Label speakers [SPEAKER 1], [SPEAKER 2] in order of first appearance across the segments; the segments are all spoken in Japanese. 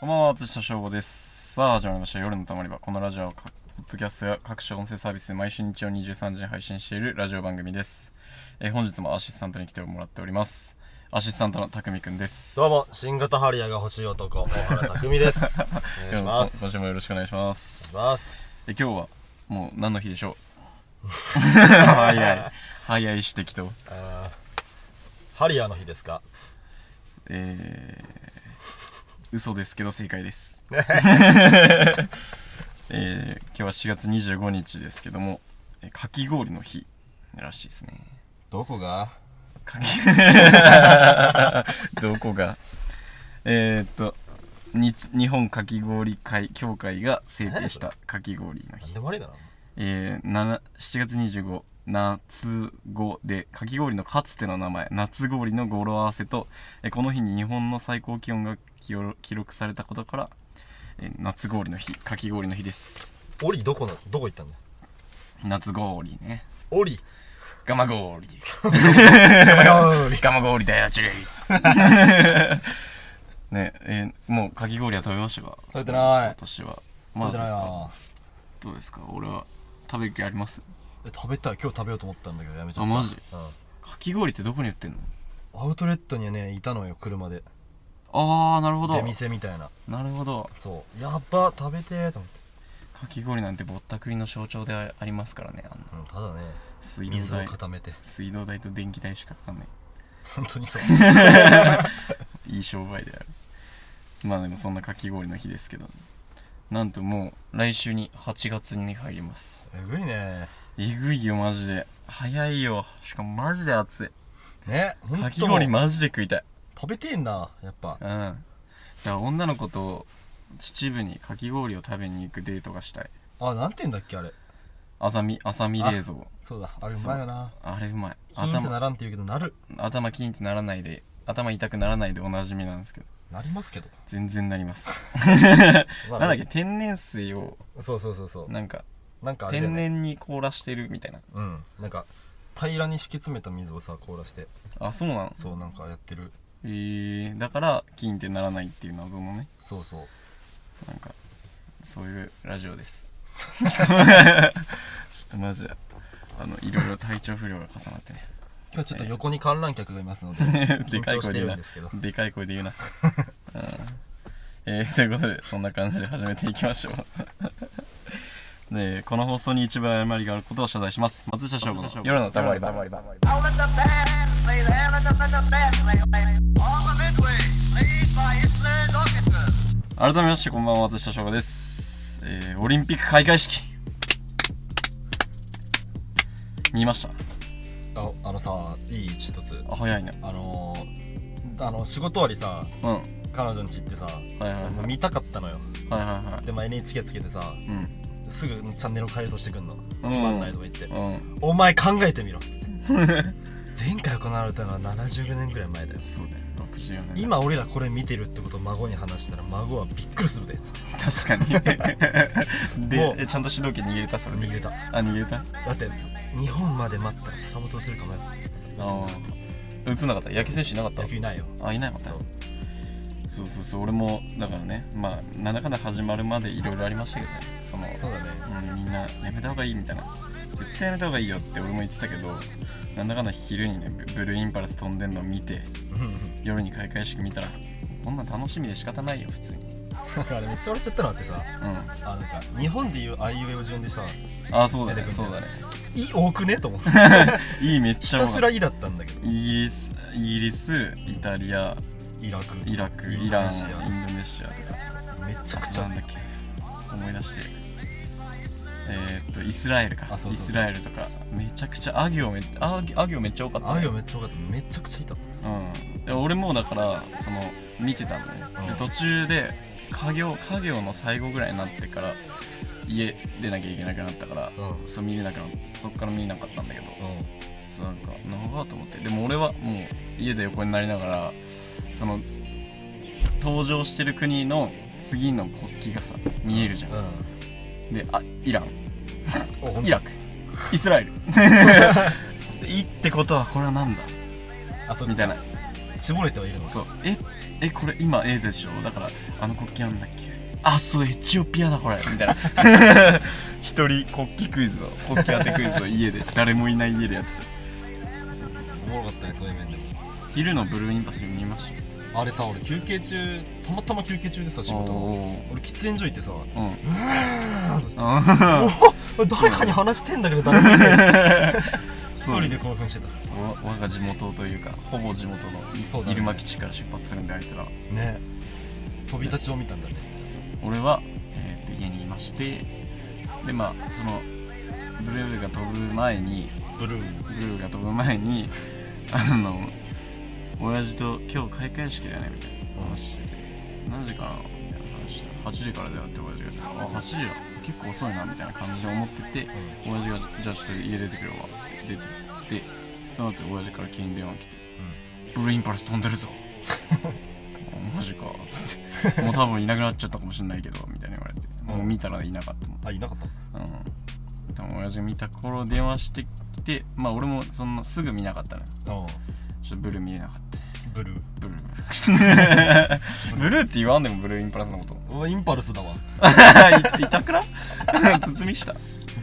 [SPEAKER 1] こんばんは、私と翔吾です。さあ、始まりました。夜のたまり場。このラジオは、ポッドキャストや各種音声サービスで毎週日曜23時に配信しているラジオ番組です。えー本日もアシスタントに来てもらっております。アシスタントのたくみくんです。
[SPEAKER 2] どうも、新型ハリアが欲しい男、大原匠 です。お願いし
[SPEAKER 1] 今
[SPEAKER 2] ま
[SPEAKER 1] 日も
[SPEAKER 2] す。
[SPEAKER 1] 今
[SPEAKER 2] お願
[SPEAKER 1] 週もよろしくお願いします。
[SPEAKER 2] いします。
[SPEAKER 1] え今日は、もう何の日でしょう早い。早い指摘と。
[SPEAKER 2] あーハリアの日ですか
[SPEAKER 1] えー、嘘ですけど正解 です。えー、今日は4月25日ですけども、えーかき氷の日らしいですね。
[SPEAKER 2] どこが
[SPEAKER 1] かき どこがえー、っと日日本かき氷会協会が制定したかき氷の
[SPEAKER 2] なん
[SPEAKER 1] 日
[SPEAKER 2] で、もありだな。
[SPEAKER 1] えー、7 7月25夏語でかき氷のかつての名前夏氷の語呂合わせと、えーこの日に日本の最高気温が記録記録されたことから、えー夏氷の日かき氷の日です
[SPEAKER 2] オリどこの、どこ行ったんだ
[SPEAKER 1] 夏氷ね
[SPEAKER 2] オリ。
[SPEAKER 1] ガマ氷
[SPEAKER 2] オリ。
[SPEAKER 1] ガマ氷だよチュレイス ねえーもうかき氷は食べましたか
[SPEAKER 2] 食べてない
[SPEAKER 1] 今年はま
[SPEAKER 2] 食べ
[SPEAKER 1] だで
[SPEAKER 2] てない
[SPEAKER 1] す
[SPEAKER 2] な
[SPEAKER 1] か。どうですか俺は食べる気あります
[SPEAKER 2] え食べたい。今日食べようと思ったんだけど、やめちゃった。
[SPEAKER 1] あマジ
[SPEAKER 2] う
[SPEAKER 1] かき氷ってどこに売ってんの
[SPEAKER 2] ん。アウトレットにね、いたのよ、車で。
[SPEAKER 1] ああなるほど
[SPEAKER 2] 出店みたいな。
[SPEAKER 1] なるほど
[SPEAKER 2] そう。やっば、食べてーと思って。
[SPEAKER 1] かき氷なんてぼったくりの象徴でありますからねあの
[SPEAKER 2] うん、ただね、
[SPEAKER 1] 水道
[SPEAKER 2] 水を
[SPEAKER 1] 代
[SPEAKER 2] 固めて。
[SPEAKER 1] 水道代と電気代しかかかんない
[SPEAKER 2] 本当に そう。
[SPEAKER 1] いい商売であるまあでもそんなかき氷の日ですけどなんともう来週に8月に入ります
[SPEAKER 2] えぐいね。
[SPEAKER 1] えぐいよマジで早いよしかもマジで暑い
[SPEAKER 2] ね、ほんと
[SPEAKER 1] か
[SPEAKER 2] もう
[SPEAKER 1] き氷マジで食いたい
[SPEAKER 2] 食べてえんな、やっぱ
[SPEAKER 1] う。んだから女の子と秩父にかき氷を食べに行くデートがしたい
[SPEAKER 2] あ、なんて言うんだっけ、あれ。
[SPEAKER 1] あざみあさみ冷蔵
[SPEAKER 2] そうだ、あれうまいよな。
[SPEAKER 1] あれうまい
[SPEAKER 2] キーンって
[SPEAKER 1] 頭
[SPEAKER 2] ならんって言うけどなる
[SPEAKER 1] 頭キーンってならないで頭痛くならないでおなじみなんですけど
[SPEAKER 2] なりますけど、
[SPEAKER 1] 全然なります
[SPEAKER 2] ま
[SPEAKER 1] なんだっけ天然水を
[SPEAKER 2] そうそうそうそう
[SPEAKER 1] なんか
[SPEAKER 2] なんかあれだよ
[SPEAKER 1] 天
[SPEAKER 2] ね
[SPEAKER 1] 然に凍らしてるみたいな
[SPEAKER 2] うんなんか平らに敷き詰めた水をさ凍らして
[SPEAKER 1] あそうなの
[SPEAKER 2] そうなんかやってる
[SPEAKER 1] えー、だからキーンってならないっていう謎のね
[SPEAKER 2] そうそう
[SPEAKER 1] なんかそういうラジオです ちょっとマジであのいろいろ体調不良が重なってね
[SPEAKER 2] 今日ちょっと横に観覧客がいますので
[SPEAKER 1] で
[SPEAKER 2] 緊
[SPEAKER 1] かい
[SPEAKER 2] 張し
[SPEAKER 1] 声で言
[SPEAKER 2] て
[SPEAKER 1] う
[SPEAKER 2] る
[SPEAKER 1] なん
[SPEAKER 2] ですけど
[SPEAKER 1] でかい声で 言うな、うんえーということでそんな感じで始めていきましょう でこの放送に一部誤りがあることを謝罪します松下翔吾の夜のたまり場
[SPEAKER 3] Now let the band play the hell let the, let the band play, play. All the midway, played by Island Orchestra.
[SPEAKER 1] 改めましてこんばんは松下翔吾です、えーオリンピック開会式見ました
[SPEAKER 2] ああのさいい一つ
[SPEAKER 1] あ早いね
[SPEAKER 2] あのー、あの仕事終わりさ
[SPEAKER 1] うんはい
[SPEAKER 2] 彼女ん家行ってさ
[SPEAKER 1] はいはいはい
[SPEAKER 2] 見たかったのよ
[SPEAKER 1] はいはい
[SPEAKER 2] で、まあ、NHK つけてさ
[SPEAKER 1] うん
[SPEAKER 2] すぐチャンネルを変えようとしてくんのつまんないとか言って、
[SPEAKER 1] うん
[SPEAKER 2] お前考え てみろっつって前回行われたのは70年ぐらい前だよ
[SPEAKER 1] そうだよ64年
[SPEAKER 2] 今俺らこれ見てるってことを孫に話したら孫はびっくりするでつって
[SPEAKER 1] 確かにで
[SPEAKER 2] もう
[SPEAKER 1] えちゃんと主導権握れたそれで
[SPEAKER 2] 握れた
[SPEAKER 1] あ逃げたあ
[SPEAKER 2] だって日本まで待ったら坂本映るかもよ
[SPEAKER 1] あ映んなかった野球選手いなかった
[SPEAKER 2] 野球いないよ
[SPEAKER 1] あいないもんねそうそうそう俺もだからねまあなんだかんだ始まるまでいろいろありましたけどねその
[SPEAKER 2] そうだね
[SPEAKER 1] うん、みんなやめた方がいいみたいな絶対やめた方がいいよって俺も言ってたけどなんだかんだ昼にねブブルーインパルス飛んでんの見て夜に開会式見たらこんなん楽しみで仕方ないよ普通に
[SPEAKER 2] あれめっちゃ笑っちゃったのあってさ
[SPEAKER 1] うん
[SPEAKER 2] あなんか日本でいうあいうえお順でさ「
[SPEAKER 1] あそうだ
[SPEAKER 2] 出
[SPEAKER 1] ね
[SPEAKER 2] てく
[SPEAKER 1] そ
[SPEAKER 2] る
[SPEAKER 1] うん
[SPEAKER 2] だ
[SPEAKER 1] だ
[SPEAKER 2] よ
[SPEAKER 1] ね
[SPEAKER 2] い」多くねと 思って
[SPEAKER 1] いいめっ
[SPEAKER 2] ひ
[SPEAKER 1] ちゃ
[SPEAKER 2] た
[SPEAKER 1] 多か
[SPEAKER 2] す
[SPEAKER 1] った
[SPEAKER 2] ら「い」だったんだけど
[SPEAKER 1] イギリスイギリスイタリア
[SPEAKER 2] イラク
[SPEAKER 1] イラク
[SPEAKER 2] イ
[SPEAKER 1] イ
[SPEAKER 2] ンド
[SPEAKER 1] ラ
[SPEAKER 2] ネ
[SPEAKER 1] ン
[SPEAKER 2] シ
[SPEAKER 1] インドネシアとか
[SPEAKER 2] アめちゃくち
[SPEAKER 1] な
[SPEAKER 2] ゃ
[SPEAKER 1] んだっけ思い出してえーっとイスラエルか
[SPEAKER 2] あそうそうそう
[SPEAKER 1] イスラエルとかめちゃくちゃア行めっア行ア行めっちゃ多かった
[SPEAKER 2] あ
[SPEAKER 1] ね、
[SPEAKER 2] いうえおめっちゃ多かっためちゃくちゃいた
[SPEAKER 1] うんで俺もだからその見てたんだね、
[SPEAKER 2] うん
[SPEAKER 1] で途中で家業家業の最後ぐらいになってから家出なきゃいけなくなったから、
[SPEAKER 2] うん
[SPEAKER 1] そう見れなくなったそっから見れなかったんだけど、
[SPEAKER 2] うん
[SPEAKER 1] そうなんか長っと思ってでも俺はもう家で横になりながらその登場してる国の次の国旗がさ見えるじゃん、
[SPEAKER 2] うん
[SPEAKER 1] であイラン
[SPEAKER 2] おほん
[SPEAKER 1] イラクイスラエルでいいってことはこれはなんだ
[SPEAKER 2] あそっか
[SPEAKER 1] みたいな
[SPEAKER 2] 絞れてはいるの
[SPEAKER 1] そうええこれ今 A でしょだからあの国旗なんだっけあそうエチオピアだこれみたいな 一人国旗クイズを国旗当てクイズを家で誰もいない家でやって
[SPEAKER 2] そうそうそうおもろかったねそういう面でも
[SPEAKER 1] た昼のブルーインパス見ました
[SPEAKER 2] あれさ俺休憩中たまたま休憩中でさ仕事の
[SPEAKER 1] おー
[SPEAKER 2] 俺喫煙所行ってさ
[SPEAKER 1] うん
[SPEAKER 2] お
[SPEAKER 1] あ
[SPEAKER 2] お誰かに話してんだけど誰もいない 一
[SPEAKER 1] そう
[SPEAKER 2] 人で興奮してた
[SPEAKER 1] わ我が地元というかほぼ地元
[SPEAKER 2] そうだ
[SPEAKER 1] の
[SPEAKER 2] ね
[SPEAKER 1] 入間基地から出発するんであいつらは
[SPEAKER 2] ね飛び立ちを見たんだね
[SPEAKER 1] 俺は、えーと家にいましてでまあそのブルーが飛ぶ前に
[SPEAKER 2] ブルー
[SPEAKER 1] ブルーが飛ぶ前にあの親父と今日開会式だよねみたいな話して何時かなみたいな話して8時からだよって親父が言ってあ8時だ結構遅いなみたいな感じで思ってて親父がじゃあちょっと家出てくるわっつって出てってその後親父から急に電話来て「ブルーインパルス飛んでるぞ」あマジかっつってもう多分いなくなっちゃったかもしれないけどみたいに言われてもう見たらいなかったもん
[SPEAKER 2] あいなかった
[SPEAKER 1] うん、多分親父が見た頃電話してきてまあ俺もそんなすぐ見なかったねち
[SPEAKER 2] あ
[SPEAKER 1] ょっとブルー見れなかったね
[SPEAKER 2] ブルー
[SPEAKER 1] ブルー ブルーって言わんでもブルーインパルスのこと
[SPEAKER 2] うわインパルスだわ
[SPEAKER 1] いい たくら包みした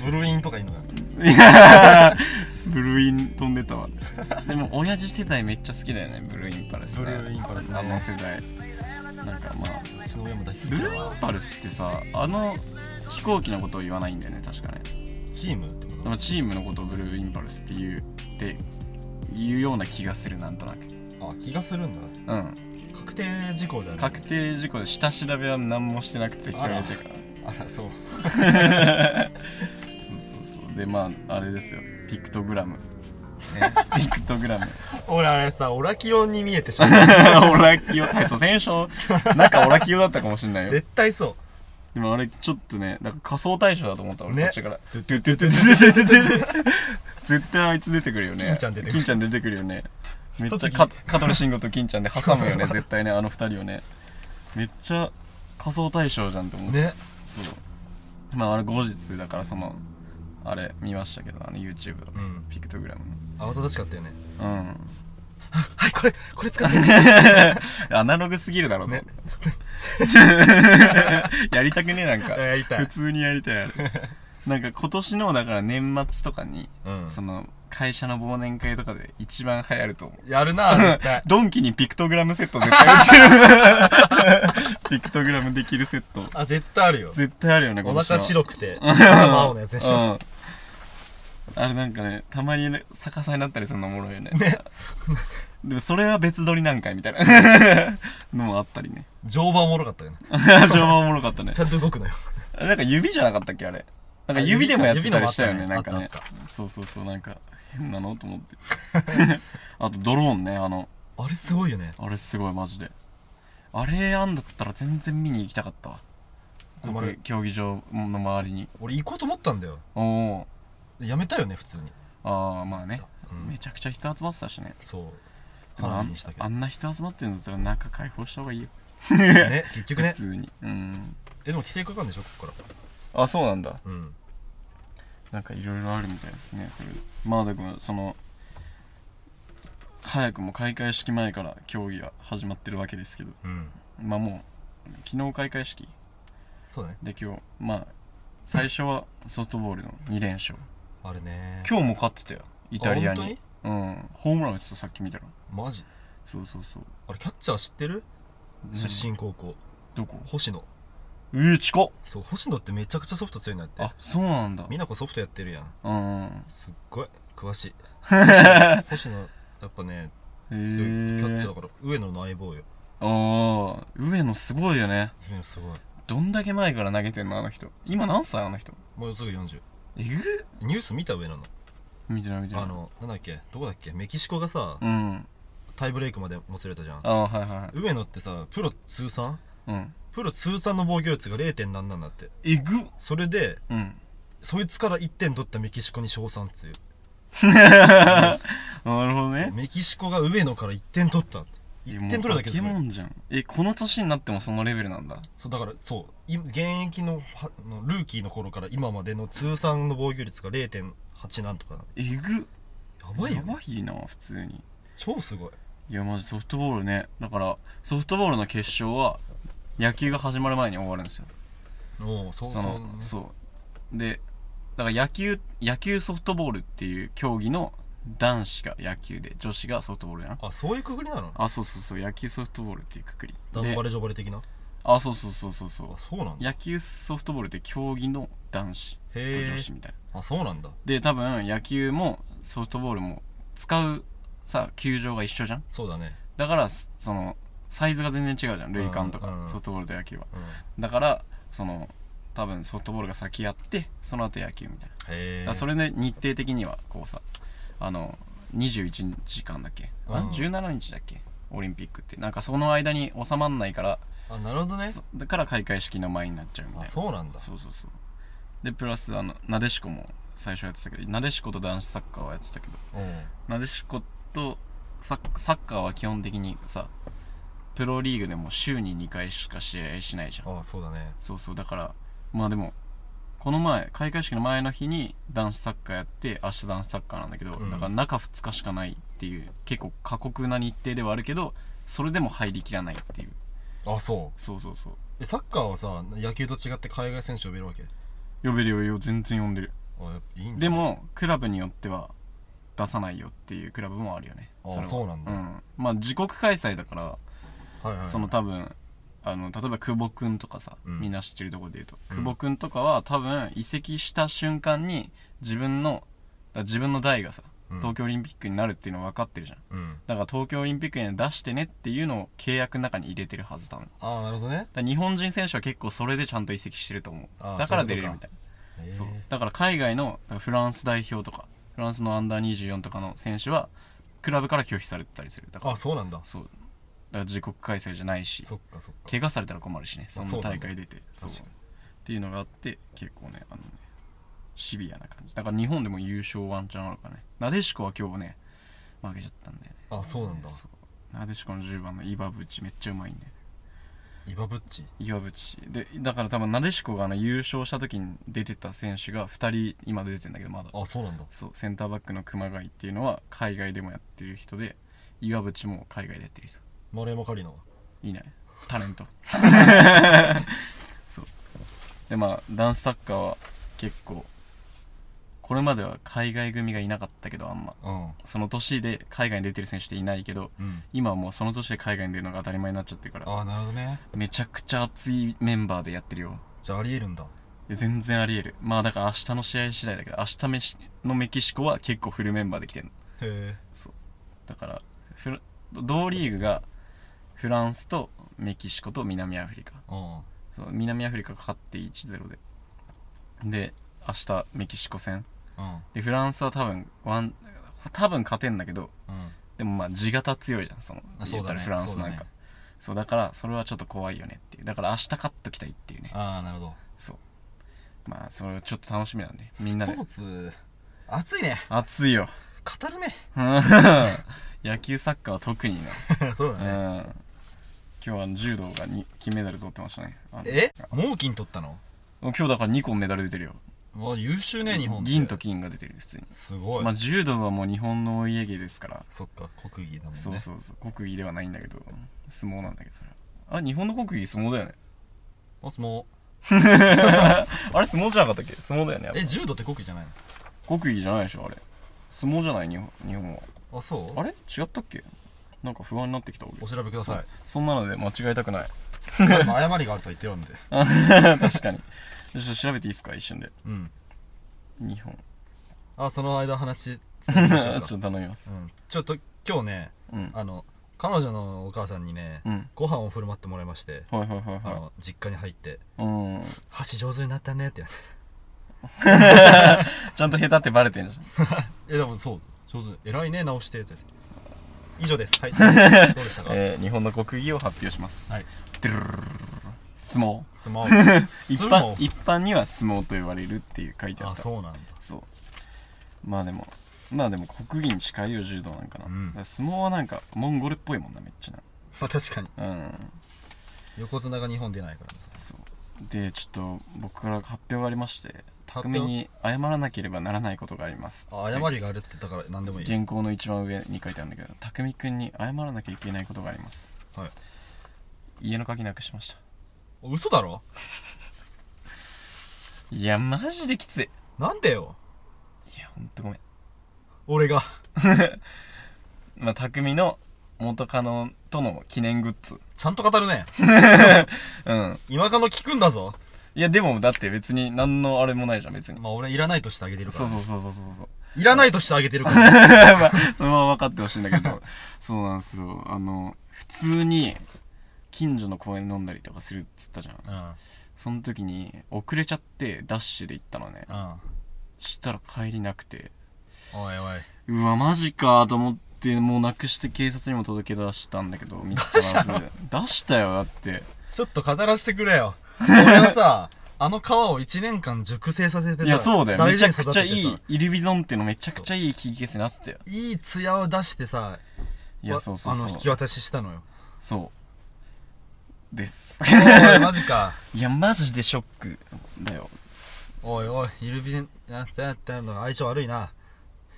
[SPEAKER 2] ブルーインとかいいのかない
[SPEAKER 1] やーブルーイン飛んでたわでも親父世代めっちゃ好きだよねブルーインパルスね
[SPEAKER 2] ブルーインパルスね
[SPEAKER 1] あの世代なんかまあ
[SPEAKER 2] うちの親も大好き
[SPEAKER 1] ブ
[SPEAKER 2] だ
[SPEAKER 1] ルー
[SPEAKER 2] わ
[SPEAKER 1] インパルスってさあの飛行機のことを言わないんだよね確かね
[SPEAKER 2] チームってこ
[SPEAKER 1] でもチームのことをブルーインパルスって言うって言うような気がするなんとなく
[SPEAKER 2] とあ気がするんだ
[SPEAKER 1] うん
[SPEAKER 2] 確定事項だよね
[SPEAKER 1] 確定事項で下調べは何もしてなくて一人
[SPEAKER 2] あら
[SPEAKER 1] 出てから
[SPEAKER 2] あらそう
[SPEAKER 1] そうそうそうでまああれですよピクトグラム、ね、ピクトグラム
[SPEAKER 2] 俺あれさオラキオンに見えてしまう
[SPEAKER 1] オラキオはいそう先週なんかオラキオだったかもしれないよ
[SPEAKER 2] 絶対そ
[SPEAKER 1] でもあれちょっとねなんか仮想対象だと思った俺
[SPEAKER 2] ね
[SPEAKER 1] 途中から
[SPEAKER 2] う
[SPEAKER 1] ドゥドゥドゥドゥドゥドゥドゥ絶対あいつ出てくるよね
[SPEAKER 2] 金ちゃん出てくる
[SPEAKER 1] 金ちゃん出てくるよねめっちゃ
[SPEAKER 2] 栃木
[SPEAKER 1] か香取慎吾と金ちゃんで挟むよね絶対ねあの二人をねめっちゃ仮想対象じゃんって思って
[SPEAKER 2] ね
[SPEAKER 1] そうまああれ後日だからそのあれ見ましたけどあの YouTube の
[SPEAKER 2] うん
[SPEAKER 1] ピクトグラム
[SPEAKER 2] 慌ただしかったよね
[SPEAKER 1] のうん
[SPEAKER 2] はいこれこれ使って
[SPEAKER 1] アナログすぎるだろう ねやりたくねなんか
[SPEAKER 2] やりたい
[SPEAKER 1] 普通にやりたいあれ なんか今年のだから年末とかに、
[SPEAKER 2] うん
[SPEAKER 1] その会社の忘年会とかで一番流行ると思う
[SPEAKER 2] やるな絶対
[SPEAKER 1] ドンキにピクトグラムセット絶対売 ってるピクトグラムできるセット
[SPEAKER 2] あ絶対あるよ
[SPEAKER 1] 絶対あるよね
[SPEAKER 2] お腹
[SPEAKER 1] く
[SPEAKER 2] 白くて頭青のやつでしょ
[SPEAKER 1] あ れなんかねたまにね逆さになったりするのおもろいよね でもそれは別撮りなんかいみたいな のもあったりね
[SPEAKER 2] 乗馬おもろかったよね
[SPEAKER 1] 情報おもろかった ね
[SPEAKER 2] ちゃんと動くのよ
[SPEAKER 1] なんか指じゃなかったっけあれなんか
[SPEAKER 2] あ
[SPEAKER 1] 指でもやって
[SPEAKER 2] 指
[SPEAKER 1] た
[SPEAKER 2] か
[SPEAKER 1] りしたよね
[SPEAKER 2] 指の
[SPEAKER 1] な
[SPEAKER 2] もあ
[SPEAKER 1] ん
[SPEAKER 2] った
[SPEAKER 1] かね
[SPEAKER 2] ねあったあっ
[SPEAKER 1] そうそうそうなんか変なのと思って あとドローンねあの
[SPEAKER 2] たあれすごいよね
[SPEAKER 1] あれすごいマジであれあんだったら全然見に行きたかったわ
[SPEAKER 2] ごめん
[SPEAKER 1] 国競技場の周りに
[SPEAKER 2] 俺行こうと思ったんだよ
[SPEAKER 1] おお
[SPEAKER 2] やめたよね普通に
[SPEAKER 1] ああまあね
[SPEAKER 2] うん
[SPEAKER 1] めちゃくちゃ人集まってたしね
[SPEAKER 2] そう
[SPEAKER 1] でもあ
[SPEAKER 2] 花火
[SPEAKER 1] ん
[SPEAKER 2] にしたけ
[SPEAKER 1] あ
[SPEAKER 2] ど
[SPEAKER 1] んな人集まってるんだったら中解放した方がいいよ
[SPEAKER 2] ね結局
[SPEAKER 1] 普
[SPEAKER 2] ね
[SPEAKER 1] 通にうん
[SPEAKER 2] えでも規制かかるんでしょここか
[SPEAKER 1] あそうなんだ
[SPEAKER 2] らうん
[SPEAKER 1] なんかいろいろあるみたいですねそれまあだからその早くも開会式前から競技が始まってるわけですけど
[SPEAKER 2] うん
[SPEAKER 1] まあもう昨日開会式
[SPEAKER 2] そうだね
[SPEAKER 1] で今日まあ最初はソフトボールの2連勝
[SPEAKER 2] あれね
[SPEAKER 1] 今日も勝ってたよイタリア
[SPEAKER 2] あ
[SPEAKER 1] に
[SPEAKER 2] 本
[SPEAKER 1] うんホームラン打ってたさっき見たら
[SPEAKER 2] 当にマジ
[SPEAKER 1] そうそうそう、
[SPEAKER 2] あれキャッチャー知ってる
[SPEAKER 1] うん
[SPEAKER 2] 出身高校
[SPEAKER 1] どこ
[SPEAKER 2] 星野
[SPEAKER 1] えー、近っ
[SPEAKER 2] そう星野ってめちゃくちゃソフト強いんだって
[SPEAKER 1] あそうなんだ
[SPEAKER 2] 美奈子ソフトやってるやん
[SPEAKER 1] うんうん
[SPEAKER 2] すっごい 詳しい星野やっぱね
[SPEAKER 1] へ
[SPEAKER 2] 強いキャッチャーだ
[SPEAKER 1] ー、
[SPEAKER 2] から上野の相棒よ
[SPEAKER 1] ああ上野すごいよね
[SPEAKER 2] 上野すごい
[SPEAKER 1] どんだけ前から投げてんのあの人今何歳あの人
[SPEAKER 2] もうすぐ40
[SPEAKER 1] えぐ
[SPEAKER 2] ニュース見た上野の
[SPEAKER 1] 見てない見てない
[SPEAKER 2] あのなんだっけどこだっけメキシコがさ
[SPEAKER 1] うん
[SPEAKER 2] タイブレイクまでもつれたじゃん
[SPEAKER 1] ああはいはいはい
[SPEAKER 2] 上野ってさプロ通算
[SPEAKER 1] うん
[SPEAKER 2] プロ通算の防御率が0.7なんだって
[SPEAKER 1] えぐっ
[SPEAKER 2] それで
[SPEAKER 1] うん
[SPEAKER 2] そいつから1点取ったメキシコに賞賛っていう
[SPEAKER 1] なるほどね
[SPEAKER 2] メキシコが上野から1点取ったって1点取るだ
[SPEAKER 1] で
[SPEAKER 2] けです
[SPEAKER 1] す
[SPEAKER 2] ごい
[SPEAKER 1] もんじゃんえこの年になってもそのレベルなんだ
[SPEAKER 2] そうだからそうい現役のはのルーキーの頃から今までの通算の防御率が0.8なんとかな
[SPEAKER 1] えぐっ
[SPEAKER 2] やばいよ、
[SPEAKER 1] や
[SPEAKER 2] ね、
[SPEAKER 1] ばいな普通に
[SPEAKER 2] 超すごい
[SPEAKER 1] いやマジソフトボールねだからソフトボールの決勝は野球が始まる前に終わるんですよ
[SPEAKER 2] おおそうそ
[SPEAKER 1] そうのそうでだから野球野球ソフトボールっていう競技の男子が野球で女子がソフトボールやな
[SPEAKER 2] あそういうくぐりなの
[SPEAKER 1] あそうそうそう野球ソフトボールっていうくくり
[SPEAKER 2] ダ
[SPEAKER 1] で
[SPEAKER 2] ンバレジョバレ的な
[SPEAKER 1] あそうそうそうそうそう
[SPEAKER 2] あそうなんだ
[SPEAKER 1] 野球ソフトボールって競技の男子と
[SPEAKER 2] へえ
[SPEAKER 1] 女子みたいな
[SPEAKER 2] あそうなんだ
[SPEAKER 1] で多分野球もソフトボールも使うさ球場が一緒じゃん
[SPEAKER 2] そうだね
[SPEAKER 1] だからそそのサイズが全然違うじゃん塁間と
[SPEAKER 2] うんうんう
[SPEAKER 1] か
[SPEAKER 2] ん
[SPEAKER 1] ソフトボールと野球は
[SPEAKER 2] うんへ
[SPEAKER 1] だからその多分ソフトボールが先やってその後野球みたいなだ
[SPEAKER 2] え
[SPEAKER 1] からそれで日程的にはこうさあの21時間だっけあ
[SPEAKER 2] うん
[SPEAKER 1] 17日だっけオリンピックってなんかその間に収まんないから
[SPEAKER 2] あなるほどね
[SPEAKER 1] そだから開会式の前になっちゃうみたい
[SPEAKER 2] あ
[SPEAKER 1] な
[SPEAKER 2] そうなんだ
[SPEAKER 1] そうそうそうでプラスあのなでしこも最初やってたけどなでしこと男子サッカーはやってたけど
[SPEAKER 2] うん
[SPEAKER 1] なでしことサッサッカーは基本的にさプロリーグでも週に2回しか試合しないじゃん
[SPEAKER 2] あそうだね
[SPEAKER 1] そうそうだからまあでもこの前開会式の前の日に男子サッカーやって明日男子サッカーなんだけど、
[SPEAKER 2] うん
[SPEAKER 1] だから中2日しかないっていう結構過酷な日程ではあるけどそれでも入りきらないっていう
[SPEAKER 2] あそ
[SPEAKER 1] そうそうそう
[SPEAKER 2] うえサッカーはさ野球と違って海外選手呼べるわけ
[SPEAKER 1] 呼べるよよ全然呼んでる
[SPEAKER 2] あやっぱいいんだ
[SPEAKER 1] でもクラブによっては出さないよっていうクラブもあるよね
[SPEAKER 2] あ
[SPEAKER 1] れは
[SPEAKER 2] そうなんだ
[SPEAKER 1] うん、まあ自国開催だから、
[SPEAKER 2] はいはい
[SPEAKER 1] その多分あの例えば久保君とかさ、
[SPEAKER 2] うん
[SPEAKER 1] みんな知ってるところで言うと、
[SPEAKER 2] うん
[SPEAKER 1] 久保君とかは多分移籍した瞬間に自分のだ自分の代がさ
[SPEAKER 2] うん
[SPEAKER 1] 東京オリンピックになるっていうの分かってるじゃん
[SPEAKER 2] うん
[SPEAKER 1] だから東京オリンピックに出してねっていうのを契約の中に入れてるはずだもんだ
[SPEAKER 2] ああなるほどね
[SPEAKER 1] から日本人選手は結構それでちゃんと移籍してると思
[SPEAKER 2] あー
[SPEAKER 1] うだから出れる
[SPEAKER 2] そうい
[SPEAKER 1] み
[SPEAKER 2] うこ
[SPEAKER 1] たい
[SPEAKER 2] へ
[SPEAKER 1] な
[SPEAKER 2] え
[SPEAKER 1] そうだから海外のだからフランス代表とかフランスのアンダー24とかの選手はクラブから拒否されてたりするだから
[SPEAKER 2] あそうなんだ
[SPEAKER 1] そうだから自国開催じゃないし
[SPEAKER 2] そっかそっか
[SPEAKER 1] 怪我されたら困るしねそ
[SPEAKER 2] あ
[SPEAKER 1] ん
[SPEAKER 2] そ
[SPEAKER 1] な
[SPEAKER 2] うなんだ
[SPEAKER 1] 大会出てそう
[SPEAKER 2] 確かに
[SPEAKER 1] っていうのがあって結構ねあのねシビアな感じだから日本でも優勝ワンチャンあるからねなでしこは今日ね負けちゃったんだよね
[SPEAKER 2] あそうなんだ
[SPEAKER 1] そうなでしこの10番の岩渕めっちゃうまいんだよ
[SPEAKER 2] イバブッチ
[SPEAKER 1] 岩渕でだから多分なでしこが、ね、優勝した時に出てた選手が2人今出てんだけどまだ
[SPEAKER 2] あそうなんだ
[SPEAKER 1] そうセンターバックの熊谷っていうのは海外でもやってる人で岩渕も海外でやってる人
[SPEAKER 2] 丸山桂里奈
[SPEAKER 1] いいねタレント そうでまあダンスサッカーは結構これまでは海外組がいなかったけどあんま
[SPEAKER 2] は
[SPEAKER 1] その年で海外に出てる選手っていないけど
[SPEAKER 2] うんうん
[SPEAKER 1] 今はもうその年で海外に出るのが当たり前になっちゃってるから
[SPEAKER 2] ああなるほどね
[SPEAKER 1] めちゃくちゃ熱いメンバーでやってるよ
[SPEAKER 2] じゃあありえるんだ
[SPEAKER 1] いや全然ありえるまあだから明日の試合次第だけど明日メシのメキシコは結構フルメンバーで来てるの
[SPEAKER 2] へ
[SPEAKER 1] だからフラ同リーグがフランスとメキシコと南アフリカ
[SPEAKER 2] えうん
[SPEAKER 1] そう南アフリカが勝って1-0でで明日メキシコ戦
[SPEAKER 2] うん
[SPEAKER 1] でフランスは多分ワン多分勝てんだけど
[SPEAKER 2] うん
[SPEAKER 1] でもまあ地型強いじゃんその
[SPEAKER 2] あそ
[SPEAKER 1] 言
[SPEAKER 2] う
[SPEAKER 1] ったら
[SPEAKER 2] だね
[SPEAKER 1] フランス
[SPEAKER 2] そう
[SPEAKER 1] な
[SPEAKER 2] だ
[SPEAKER 1] ん
[SPEAKER 2] ね
[SPEAKER 1] かそうだからそれはちょっと怖いよねっていうだから明日勝っときたいっていうね
[SPEAKER 2] ああなるほど
[SPEAKER 1] そうまあそれはちょっと楽しみなんでみんなで
[SPEAKER 2] スポーツ熱いね
[SPEAKER 1] 熱いよ
[SPEAKER 2] 語るね
[SPEAKER 1] 野球サッカーは特にね
[SPEAKER 2] そう
[SPEAKER 1] うん今日はあの柔道がに金メダル取ってましたねあの
[SPEAKER 2] え猛金取ったの
[SPEAKER 1] 今日だから2個メダル出てるよ
[SPEAKER 2] わ優秀ね日本って
[SPEAKER 1] 銀と金が出てる普通に
[SPEAKER 2] すごい、
[SPEAKER 1] まあ、柔道はもう日本のお家芸ですから、
[SPEAKER 2] そっか国技だもんね
[SPEAKER 1] そうそうそう国技ではないんだけど相撲なんだけどそれはあ日本の国技相撲だよね
[SPEAKER 2] お相撲
[SPEAKER 1] あれ相撲じゃなかったっけ相撲だよねやっ
[SPEAKER 2] え柔道って国技じゃない
[SPEAKER 1] ぱ国技じゃないでしょあれ相撲じゃない日本日本は
[SPEAKER 2] のあそう
[SPEAKER 1] あれ違ったっけなんか不安になってきた俺
[SPEAKER 2] お調べください
[SPEAKER 1] そんなので間違えたく ない
[SPEAKER 2] 誤りがあるとは言ってよんで
[SPEAKER 1] 確かにちょっと調べていいですか一瞬で
[SPEAKER 2] うん
[SPEAKER 1] 日本
[SPEAKER 2] あその間話し
[SPEAKER 1] ち
[SPEAKER 2] ましょ
[SPEAKER 1] ょ
[SPEAKER 2] う
[SPEAKER 1] っ
[SPEAKER 2] か
[SPEAKER 1] と頼みます
[SPEAKER 2] うんちょっと今日ね
[SPEAKER 1] うん
[SPEAKER 2] あの彼女のお母さんにね、
[SPEAKER 1] うん
[SPEAKER 2] ご飯を振る舞ってもらいまして、
[SPEAKER 1] はいはいはい
[SPEAKER 2] あ
[SPEAKER 1] は
[SPEAKER 2] の実家に入って
[SPEAKER 1] いうん
[SPEAKER 2] 「箸上手になったね」って言わ
[SPEAKER 1] ちゃんと下手ってバレてんじ
[SPEAKER 2] れてえでもそう上手偉いね直してって言って以上ですはい どうでした
[SPEAKER 1] ゃ
[SPEAKER 2] か、
[SPEAKER 1] ん、えー、日本の国技を発表します
[SPEAKER 2] はい
[SPEAKER 1] 相撲
[SPEAKER 2] スマホ
[SPEAKER 1] 一
[SPEAKER 2] 相
[SPEAKER 1] 般
[SPEAKER 2] 撲
[SPEAKER 1] 一般には相撲と言われるっていう書いてあ
[SPEAKER 2] あ
[SPEAKER 1] った
[SPEAKER 2] そうなんだ
[SPEAKER 1] そうまあでもまあでも国技に近いよ柔道なんかな、
[SPEAKER 2] うん
[SPEAKER 1] だから相撲はなんかモンゴルっぽいもんなめっちゃ
[SPEAKER 2] まあ確かに
[SPEAKER 1] なうん
[SPEAKER 2] 横綱が日本出ないからね
[SPEAKER 1] そうでちょっと僕から発表がありまして
[SPEAKER 2] 発
[SPEAKER 1] 匠に謝らなければならないことがあります
[SPEAKER 2] あ謝りがあるってだから何でもいい
[SPEAKER 1] 原稿の一番上に書いてあるんだけど匠くんに謝らなきゃいけないことがあります
[SPEAKER 2] はい
[SPEAKER 1] 家の鍵なくしました
[SPEAKER 2] 嘘だろ
[SPEAKER 1] いやマジできついい
[SPEAKER 2] なんでよ
[SPEAKER 1] やほんとごめん
[SPEAKER 2] 俺が
[SPEAKER 1] まあ匠の元カノとの記念グッズ
[SPEAKER 2] ちゃんと語るね
[SPEAKER 1] うん
[SPEAKER 2] 今かの聞くんだぞ
[SPEAKER 1] いやでもだって別に何のあれもないじゃん別に
[SPEAKER 2] まあ俺いらないとしてあげてるから
[SPEAKER 1] そうそうそうそうそうそう
[SPEAKER 2] いらないとしてあげてるから
[SPEAKER 1] まあそのまま分かってほしいんだけ どそうなんですよあの普通に近所の公園飲んだりとかするっつったじゃん
[SPEAKER 2] うん
[SPEAKER 1] その時に遅れちゃってダッシュで行ったのね
[SPEAKER 2] うん
[SPEAKER 1] そしたら帰りなくて
[SPEAKER 2] おいおいう
[SPEAKER 1] わマジかと思ってもうなくして警察にも届け出したんだけど見つから ず出したよだって
[SPEAKER 2] ちょっと語らせてくれよ俺 はさあの皮を1年間熟成させてさ
[SPEAKER 1] いやそうだよめ
[SPEAKER 2] 大
[SPEAKER 1] ち
[SPEAKER 2] 事
[SPEAKER 1] ゃく
[SPEAKER 2] に育てて
[SPEAKER 1] ちゃ
[SPEAKER 2] さ
[SPEAKER 1] いいイルビゾンっていうのめちゃくちゃいいキーケースになってたよ
[SPEAKER 2] いい艶を出してさ
[SPEAKER 1] いや
[SPEAKER 2] わ
[SPEAKER 1] そうそう
[SPEAKER 2] あ
[SPEAKER 1] そ
[SPEAKER 2] の
[SPEAKER 1] う
[SPEAKER 2] 引き渡しした のよ
[SPEAKER 1] そうです
[SPEAKER 2] おいマジか
[SPEAKER 1] いやマジでショックだよ
[SPEAKER 2] おいおいイルビなそうやってやるのが相性悪いな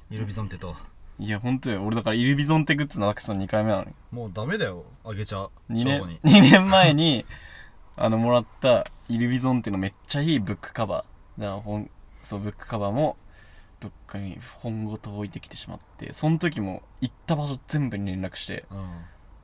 [SPEAKER 2] イルビゾンテと
[SPEAKER 1] いや、ほんとよ。俺だから、イルビゾンテグッズのアクセスの2回目なのよ。
[SPEAKER 2] もうダメだよあげちゃう
[SPEAKER 1] 2
[SPEAKER 2] 正午に
[SPEAKER 1] 年、二年前に、 あの、もらった、イルビゾンテのめっちゃいいブックカバー。だから、本、そう、ブックカバーも、どっかに本ごと置いてきてしまって、その時も、行った場所全部に連絡して、
[SPEAKER 2] うん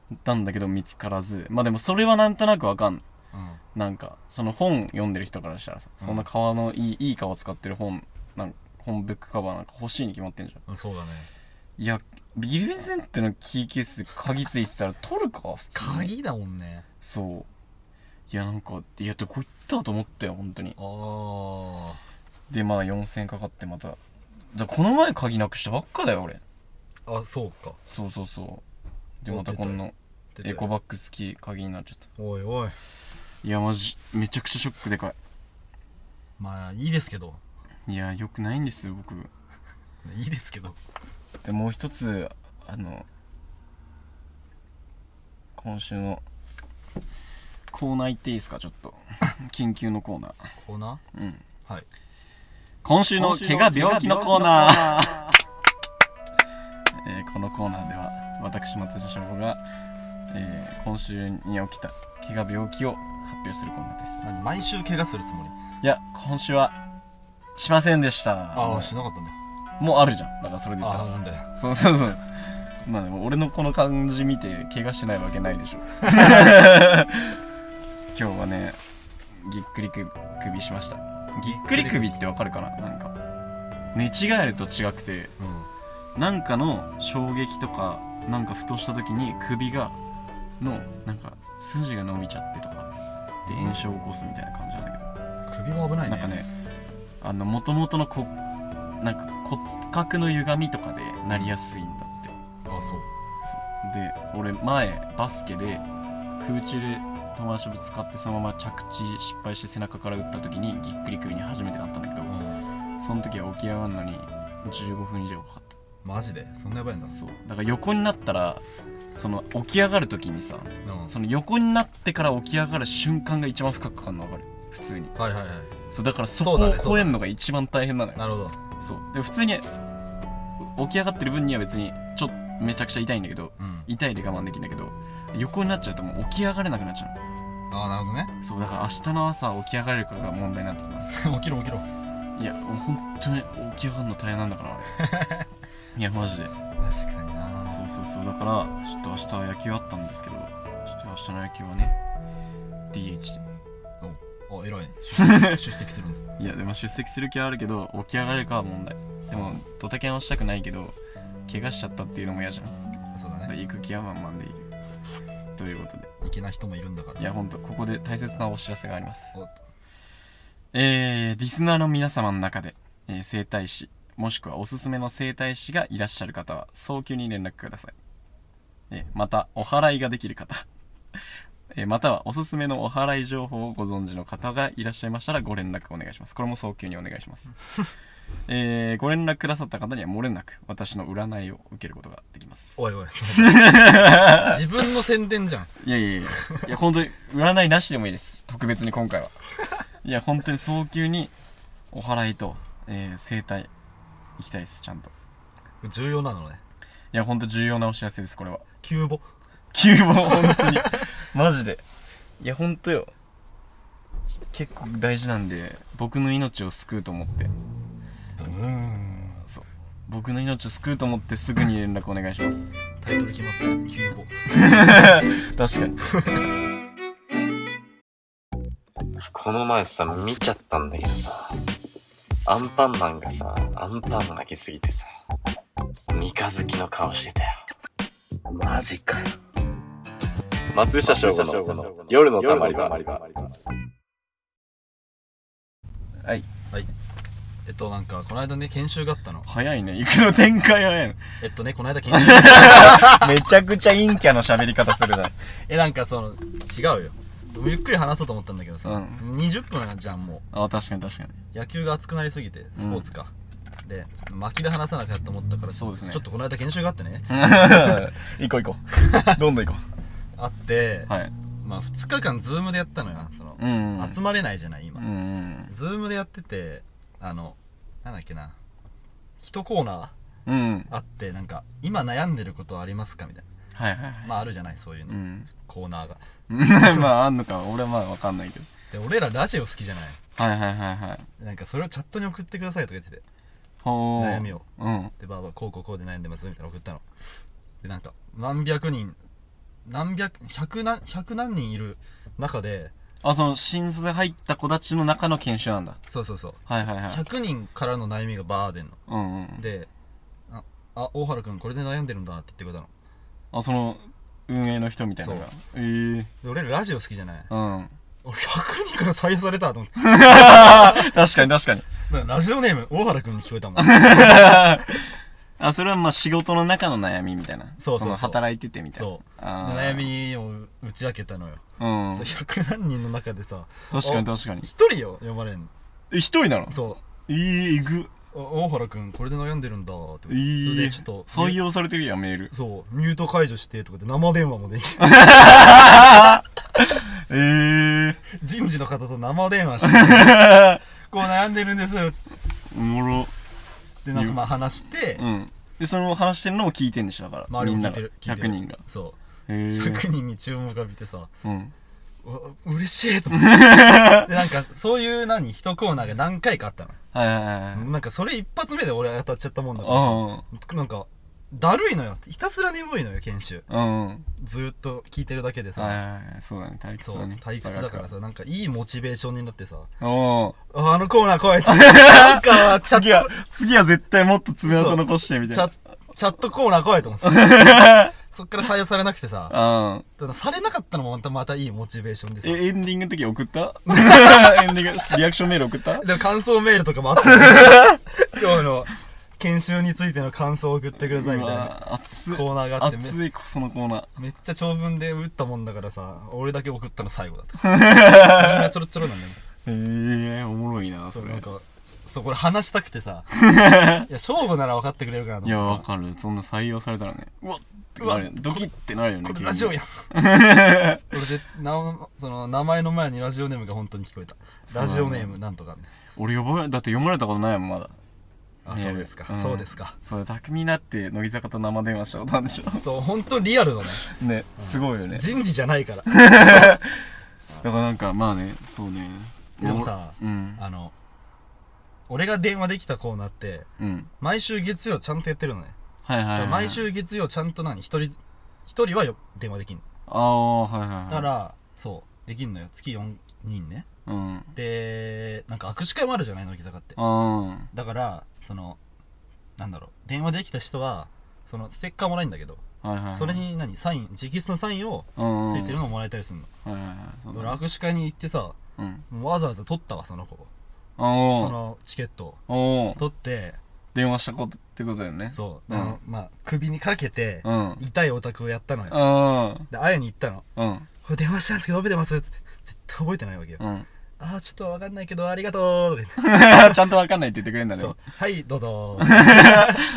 [SPEAKER 1] 行ったんだけど見つからず。まあでも、それはなんとなくわかん。
[SPEAKER 2] うん
[SPEAKER 1] なんか、その本読んでる人からしたらさ、
[SPEAKER 2] うん
[SPEAKER 1] そんな革のいい、いい革使ってる本、なんか、本ブックカバーなんか欲しいに決まってんじゃん。
[SPEAKER 2] うんそうだね
[SPEAKER 1] いや、ビルゼンテのキーケースで鍵ついてたら取るか普通に
[SPEAKER 2] 鍵だもんね
[SPEAKER 1] そう。いや、なんか、いや、どこ行ったと思ったよ、本当に。
[SPEAKER 2] ああ
[SPEAKER 1] で、まあ、4000かかってまた。だこの前鍵なくしたばっかだよ、俺。
[SPEAKER 2] あそうか
[SPEAKER 1] そうそうそう。で、
[SPEAKER 2] お
[SPEAKER 1] またこんな
[SPEAKER 2] 出て
[SPEAKER 1] エコバッグ付き鍵になっちゃった。
[SPEAKER 2] おいおい
[SPEAKER 1] いや、マジ、めちゃくちゃショックでか
[SPEAKER 2] まあいいですけど
[SPEAKER 1] い。いや、良くないんですよ、僕。
[SPEAKER 2] いいですけど
[SPEAKER 1] で、もう一つ、あの、今週のコーナー行っていいですか、ちょっと。 緊急のコーナー。
[SPEAKER 2] コーナー
[SPEAKER 1] うん
[SPEAKER 2] はい
[SPEAKER 1] 今週の怪我病気のコーナー えーこのコーナーでは私松下翔吾が、えー今週に起きた怪我病気を発表するコーナーです
[SPEAKER 2] 何毎週怪我するつもり
[SPEAKER 1] いや今週はしませんでした
[SPEAKER 2] あ
[SPEAKER 1] も
[SPEAKER 2] あ
[SPEAKER 1] う
[SPEAKER 2] しなかったんだ
[SPEAKER 1] もうあるじゃんだからそれで言った
[SPEAKER 2] ああ
[SPEAKER 1] ら
[SPEAKER 2] なんだよ
[SPEAKER 1] そうそうそうまあでも俺のこの感じ見て怪我してないわけないでし ょ今日はねぎっくりく首しましたぎっくり首ってわかるかななんか寝違えると違くて
[SPEAKER 2] うん
[SPEAKER 1] なんかの衝撃とかなんかふとした時に首がのなんか筋が伸びちゃってとかで炎症を起こすみたいな感じなんだけど
[SPEAKER 2] 首は危ないね
[SPEAKER 1] なんかねあの元々のこなんか骨格の歪みとかでなりやすいんだって
[SPEAKER 2] あそう
[SPEAKER 1] そうで俺前バスケで空中で友達とぶつかってそのまま着地失敗して背中から打った時にぎっくり首に初めてなったんだけど
[SPEAKER 2] うん
[SPEAKER 1] その時は起き上がるのに15分以上かかっ
[SPEAKER 2] マジでそんなやばいんだ
[SPEAKER 1] たそうだから横になったらその起き上がる時にさ
[SPEAKER 2] うん
[SPEAKER 1] その横になってから起き上がる瞬間が一番深くかかるの分かる普通に
[SPEAKER 2] はいはいはい
[SPEAKER 1] そうだからそこ
[SPEAKER 2] そう
[SPEAKER 1] を
[SPEAKER 2] だねそう
[SPEAKER 1] 超
[SPEAKER 2] だね
[SPEAKER 1] えるのが一番大変なのよ
[SPEAKER 2] なるほど
[SPEAKER 1] そうで普通にう起き上がってる分には別にちょっとめちゃくちゃ痛いんだけど
[SPEAKER 2] うん
[SPEAKER 1] 痛いで我慢できるんだけど横になっちゃうともう起き上がれなくなっちゃ
[SPEAKER 2] ああなるほどね
[SPEAKER 1] うそうだから明日の朝起き上がれるかが問題になってきます
[SPEAKER 2] 起きろ起きろ
[SPEAKER 1] いやもう本当に起き上がるの大変なんだから俺いやマジで
[SPEAKER 2] 確かにな
[SPEAKER 1] そうそうそうだからちょっと明日は野球あったんですけどちょっと明日の野球はね DH
[SPEAKER 2] お偉い 出出席するんだ
[SPEAKER 1] でいやでも出席する気はあるけど起き上がれるかは問題でもドタキャンはしたくないけど怪我しちゃったっていうのも嫌じゃん
[SPEAKER 2] そうだ
[SPEAKER 1] まだ
[SPEAKER 2] ね
[SPEAKER 1] 行く気は満々でいるということで
[SPEAKER 2] いけない人もいるんだから
[SPEAKER 1] いやほんとここで大切なお知らせがあります
[SPEAKER 2] おっ
[SPEAKER 1] えー、リスナーの皆様の中で、えー、整体師もしくはおすすめの整体師がいらっしゃる方は早急に連絡ください、えーまたお祓いができる方 えーまたはおすすめのお祓い情報をご存知の方がいらっしゃいましたらご連絡お願いしますこれも早急にお願いしますえーご連絡くださった方にはもれなく私の占いを受けることができます
[SPEAKER 2] お いおい自分の宣伝じゃん
[SPEAKER 1] いやいやいやいや本当に占いなしでもいいです特別に今回はいや本当に早急にお祓いと、えー、整体行きたいですちゃんと
[SPEAKER 2] 重要なのね
[SPEAKER 1] いやほんと重要なお知らせですこれは
[SPEAKER 2] 急募
[SPEAKER 1] 急も本当にマジでいやほんとよ結構大事なんで僕の命を救うと思って
[SPEAKER 2] ブーン
[SPEAKER 1] 僕の命を救うと思ってすぐに連絡お願いします
[SPEAKER 2] タイトル決まったよ急募
[SPEAKER 1] 確かに
[SPEAKER 4] この前さ、見ちゃったんだけどさ、アンパンマンがさ、アンパン泣きすぎてさ、三日月の顔してたよ。マジかよ。松下翔吾の夜のたまり場。
[SPEAKER 1] はい
[SPEAKER 2] えっとなんかこの間ね研修があったの
[SPEAKER 1] 早いね行くの展開早いの
[SPEAKER 2] えっとねこの間研修が
[SPEAKER 1] めちゃくちゃ陰キャの喋り方するな
[SPEAKER 2] えなんかその違うよゆっくり話そうと思ったんだけどさ、
[SPEAKER 1] うん
[SPEAKER 2] 20分じゃんも
[SPEAKER 1] あ確かに確かに
[SPEAKER 2] う野球が熱くなりすぎてスポーツか、でちょっと巻きで話さなきゃと思ったから
[SPEAKER 1] そうですね
[SPEAKER 2] ちょっとこの間研修があってね
[SPEAKER 1] 行こう行こう どんどん行こ
[SPEAKER 2] あって、
[SPEAKER 1] うはい
[SPEAKER 2] まあ2日間ズームでやったのよその
[SPEAKER 1] う、んうん
[SPEAKER 2] 集まれないじゃない今、
[SPEAKER 1] うんうん
[SPEAKER 2] ズームでやっててあのなんだっけな一コーナ
[SPEAKER 1] うんうん
[SPEAKER 2] ーあってなんか今悩んでることありますかみたい
[SPEAKER 1] はいはいはい
[SPEAKER 2] なまああるじゃないそういうの、
[SPEAKER 1] うん
[SPEAKER 2] コーナーが
[SPEAKER 1] まああんのか俺はまあわかんないけど
[SPEAKER 2] で俺らラジオ好きじゃない
[SPEAKER 1] はいはいはいはい
[SPEAKER 2] なんかそれをチャットに送ってくださいとか言ってて
[SPEAKER 1] ほう
[SPEAKER 2] 悩みを
[SPEAKER 1] うん
[SPEAKER 2] でばあばこうこうこうで悩んでますみたいなの送ったのでなんか何百人何百百何百何人いる中で
[SPEAKER 1] あその新卒で入った子たちの中の研修なんだ
[SPEAKER 2] そうそうそう
[SPEAKER 1] はいはいはい
[SPEAKER 2] 100人からの悩みがバー出んの
[SPEAKER 1] うんうん
[SPEAKER 2] でああ大原君これで悩んでるんだって言ってくれたの
[SPEAKER 1] あその運営の人みたいなのがええー、
[SPEAKER 2] で俺らラジオ好きじゃない
[SPEAKER 1] うん
[SPEAKER 2] 俺100人から採用されたと思って
[SPEAKER 1] 確かに確かに
[SPEAKER 2] なんかラジオネーム大原君に聞こえたもん
[SPEAKER 1] あそれはまあ仕事の中の悩みみたいな
[SPEAKER 2] そうそうそう
[SPEAKER 1] の働いててみたいな
[SPEAKER 2] そう
[SPEAKER 1] あー
[SPEAKER 2] 悩みを打ち明けたのよ
[SPEAKER 1] うん
[SPEAKER 2] で100何人の中でさ
[SPEAKER 1] 確かに確かに
[SPEAKER 2] 1人よ呼ばれんの
[SPEAKER 1] え一人なの
[SPEAKER 2] そ
[SPEAKER 1] え
[SPEAKER 2] う
[SPEAKER 1] えー、えぐ
[SPEAKER 2] お大原君これで悩んでるんだって
[SPEAKER 1] ええ
[SPEAKER 2] それ
[SPEAKER 1] ー、
[SPEAKER 2] でちょっと
[SPEAKER 1] 採用されてるやんメール
[SPEAKER 2] そうミュート解除してとかで生電話もでき る
[SPEAKER 1] ええ
[SPEAKER 2] 人事の方と生電話して こう悩んでるんですよつって
[SPEAKER 1] ー、おもろ
[SPEAKER 2] でなんかまあ話して
[SPEAKER 1] うんでその話してるのも聞いてんでしょだから
[SPEAKER 2] 周り
[SPEAKER 1] みんない
[SPEAKER 2] も聞
[SPEAKER 1] が
[SPEAKER 2] てる聞いて
[SPEAKER 1] 100
[SPEAKER 2] る
[SPEAKER 1] 人が
[SPEAKER 2] そ
[SPEAKER 1] え
[SPEAKER 2] う
[SPEAKER 1] えー、
[SPEAKER 2] 100人に注目が浴びてさ
[SPEAKER 1] うん
[SPEAKER 2] うわ嬉しい と思ってでなんかそういう何一コーナーが何回かあったの
[SPEAKER 1] はいはいはいはい
[SPEAKER 2] なんかそれ一発目で俺当たっちゃったもんだからさ
[SPEAKER 1] あ
[SPEAKER 2] なんかだるいのよひたすら眠いのよ研修
[SPEAKER 1] あうんうん
[SPEAKER 2] ずーっと聞いてるだけで
[SPEAKER 1] はい
[SPEAKER 2] さ
[SPEAKER 1] はいはいそうだね退屈
[SPEAKER 2] そ
[SPEAKER 1] だ
[SPEAKER 2] う
[SPEAKER 1] ね
[SPEAKER 2] 退屈だからさなんかいいモチベーションになってさ
[SPEAKER 1] おお
[SPEAKER 2] ああのコーナー怖いっつってなんかチャ
[SPEAKER 1] 次は次は絶対もっと爪痕残してみたい
[SPEAKER 2] チャ
[SPEAKER 1] な
[SPEAKER 2] チャットコーナー怖いと思ってそっから採用されなくてさ
[SPEAKER 1] ああ
[SPEAKER 2] ただされなかったのもまたまたいいモチベーションでさ
[SPEAKER 1] えエンディングの時送った エンディングリアクションメール送った
[SPEAKER 2] でも感想メールとかもあった今日の研修についての感想を送ってくださいみたい
[SPEAKER 1] う
[SPEAKER 2] な
[SPEAKER 1] わ熱い
[SPEAKER 2] コーナーがあってめ
[SPEAKER 1] 熱いそのコーナー
[SPEAKER 2] めっちゃ長文で打ったもんだからさ俺だけ送ったの最後だ ったみんなちょろちょろなんだよ
[SPEAKER 1] ええおもろいなそ
[SPEAKER 2] そ
[SPEAKER 1] うれ
[SPEAKER 2] なんかそうこれ話したくて さいや勝負なら分かってくれるかなと
[SPEAKER 1] いや
[SPEAKER 2] 思
[SPEAKER 1] わ
[SPEAKER 2] って
[SPEAKER 1] か
[SPEAKER 2] さ
[SPEAKER 1] るそんな採用されたらねうわっって
[SPEAKER 2] うわ
[SPEAKER 1] なるよねドキッてなるよね
[SPEAKER 2] これ
[SPEAKER 1] 急に
[SPEAKER 2] ラジオやん 俺でなその名前の前にラジオネームが本当に聞こえた
[SPEAKER 1] そうなん
[SPEAKER 2] ラ
[SPEAKER 1] だ
[SPEAKER 2] ジオネームなんとかね
[SPEAKER 1] 俺呼ばれだって読まれたことないもんまだ
[SPEAKER 2] あ
[SPEAKER 1] メー
[SPEAKER 2] そ
[SPEAKER 1] ル
[SPEAKER 2] うですか、
[SPEAKER 1] ん
[SPEAKER 2] そうですか
[SPEAKER 1] そう匠になって乃木坂と生電話したことなんでしょ
[SPEAKER 2] そう本当リア ルだね
[SPEAKER 1] ねすごいよね
[SPEAKER 2] 人事じゃない から
[SPEAKER 1] だからなんかまあねそうね
[SPEAKER 2] でもさ
[SPEAKER 1] うん
[SPEAKER 2] あの俺が電話できたコーナーって
[SPEAKER 1] うん
[SPEAKER 2] 毎週月曜ちゃんとやってるのね、
[SPEAKER 1] はいはい、
[SPEAKER 2] だか
[SPEAKER 1] は
[SPEAKER 2] ら
[SPEAKER 1] い、
[SPEAKER 2] 毎週月曜ちゃんと何一人一人はよ電話できんの
[SPEAKER 1] ああはいはいはい
[SPEAKER 2] だから、そうできんのよ月4人ね
[SPEAKER 1] うん
[SPEAKER 2] でなんか握手会もあるじゃない乃木坂って
[SPEAKER 1] あ
[SPEAKER 2] だからそのなんだろう電話できた人はそのステッカーもらえんだけど、
[SPEAKER 1] あはいはいはい
[SPEAKER 2] それに何サイン直筆のサインを
[SPEAKER 1] うんうん
[SPEAKER 2] ついてるのをもらえたりするの、
[SPEAKER 1] はいはいはいそうだ
[SPEAKER 2] 俺
[SPEAKER 1] ね
[SPEAKER 2] 握手会に行ってさ
[SPEAKER 1] うん
[SPEAKER 2] もうわざわざ取ったわその子
[SPEAKER 1] あー
[SPEAKER 2] そのチケットを
[SPEAKER 1] おー
[SPEAKER 2] 取って
[SPEAKER 1] 電話したことってことだよね
[SPEAKER 2] そう、
[SPEAKER 1] うん
[SPEAKER 2] あのまあ首にかけて、
[SPEAKER 1] うん
[SPEAKER 2] 痛いオタクをやったのよ
[SPEAKER 1] あ
[SPEAKER 2] で会いに行ったの
[SPEAKER 1] あうん
[SPEAKER 2] 「これ電話したんですけど覚えてます?」っつって絶対覚えてないわけよ「
[SPEAKER 1] うん
[SPEAKER 2] ああちょっとわかんないけどありがとう」とか言っ
[SPEAKER 1] ちゃんとわかんないって言ってくれるんだ
[SPEAKER 2] て「
[SPEAKER 1] ね
[SPEAKER 2] そうはいどうぞ」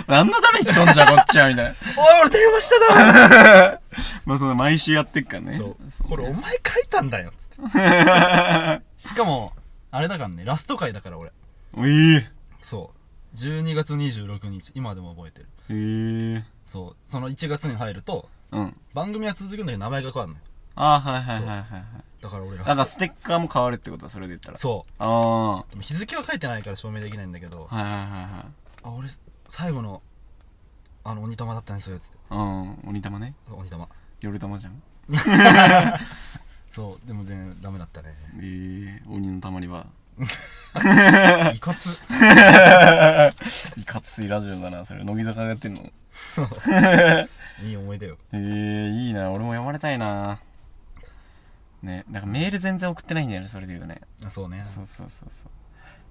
[SPEAKER 1] 何のために来とんじゃこっちはみたい な
[SPEAKER 2] 「おい俺電話しただろ!」
[SPEAKER 1] まあその毎週やってっからね
[SPEAKER 2] そう
[SPEAKER 1] そう
[SPEAKER 2] これお 前書いたんだよっつってしかもあれだからねラスト回だから俺
[SPEAKER 1] えー、
[SPEAKER 2] そう12月26日今でも覚えてる
[SPEAKER 1] えー、
[SPEAKER 2] そうその1月に入ると
[SPEAKER 1] うん
[SPEAKER 2] 番組は続くんだけど名前が変わるのよ
[SPEAKER 1] あーはいはいはいはいはい
[SPEAKER 2] だから俺ら
[SPEAKER 1] なんかステッカーも変わるってことはそれで言ったら
[SPEAKER 2] そ
[SPEAKER 1] あ
[SPEAKER 2] うでも日付は書いてないから証明できないんだけど
[SPEAKER 1] あはいはいはい
[SPEAKER 2] あ俺最後のあの鬼玉だったねそういうやつって
[SPEAKER 1] はいうん鬼玉ね
[SPEAKER 2] そう鬼玉
[SPEAKER 1] 夜玉じゃん
[SPEAKER 2] そうでもねダメだ ったね
[SPEAKER 1] えー、鬼のたまり場
[SPEAKER 2] いかつ
[SPEAKER 1] いかついラジオだなそれ乃木坂がやってんの
[SPEAKER 2] そういい思い出よ
[SPEAKER 1] えー、いいな俺も読まれたいなねだからメール全然送ってないんだよねそれで言うとね
[SPEAKER 2] あそうね
[SPEAKER 1] そ
[SPEAKER 2] そう
[SPEAKER 1] そうそうそう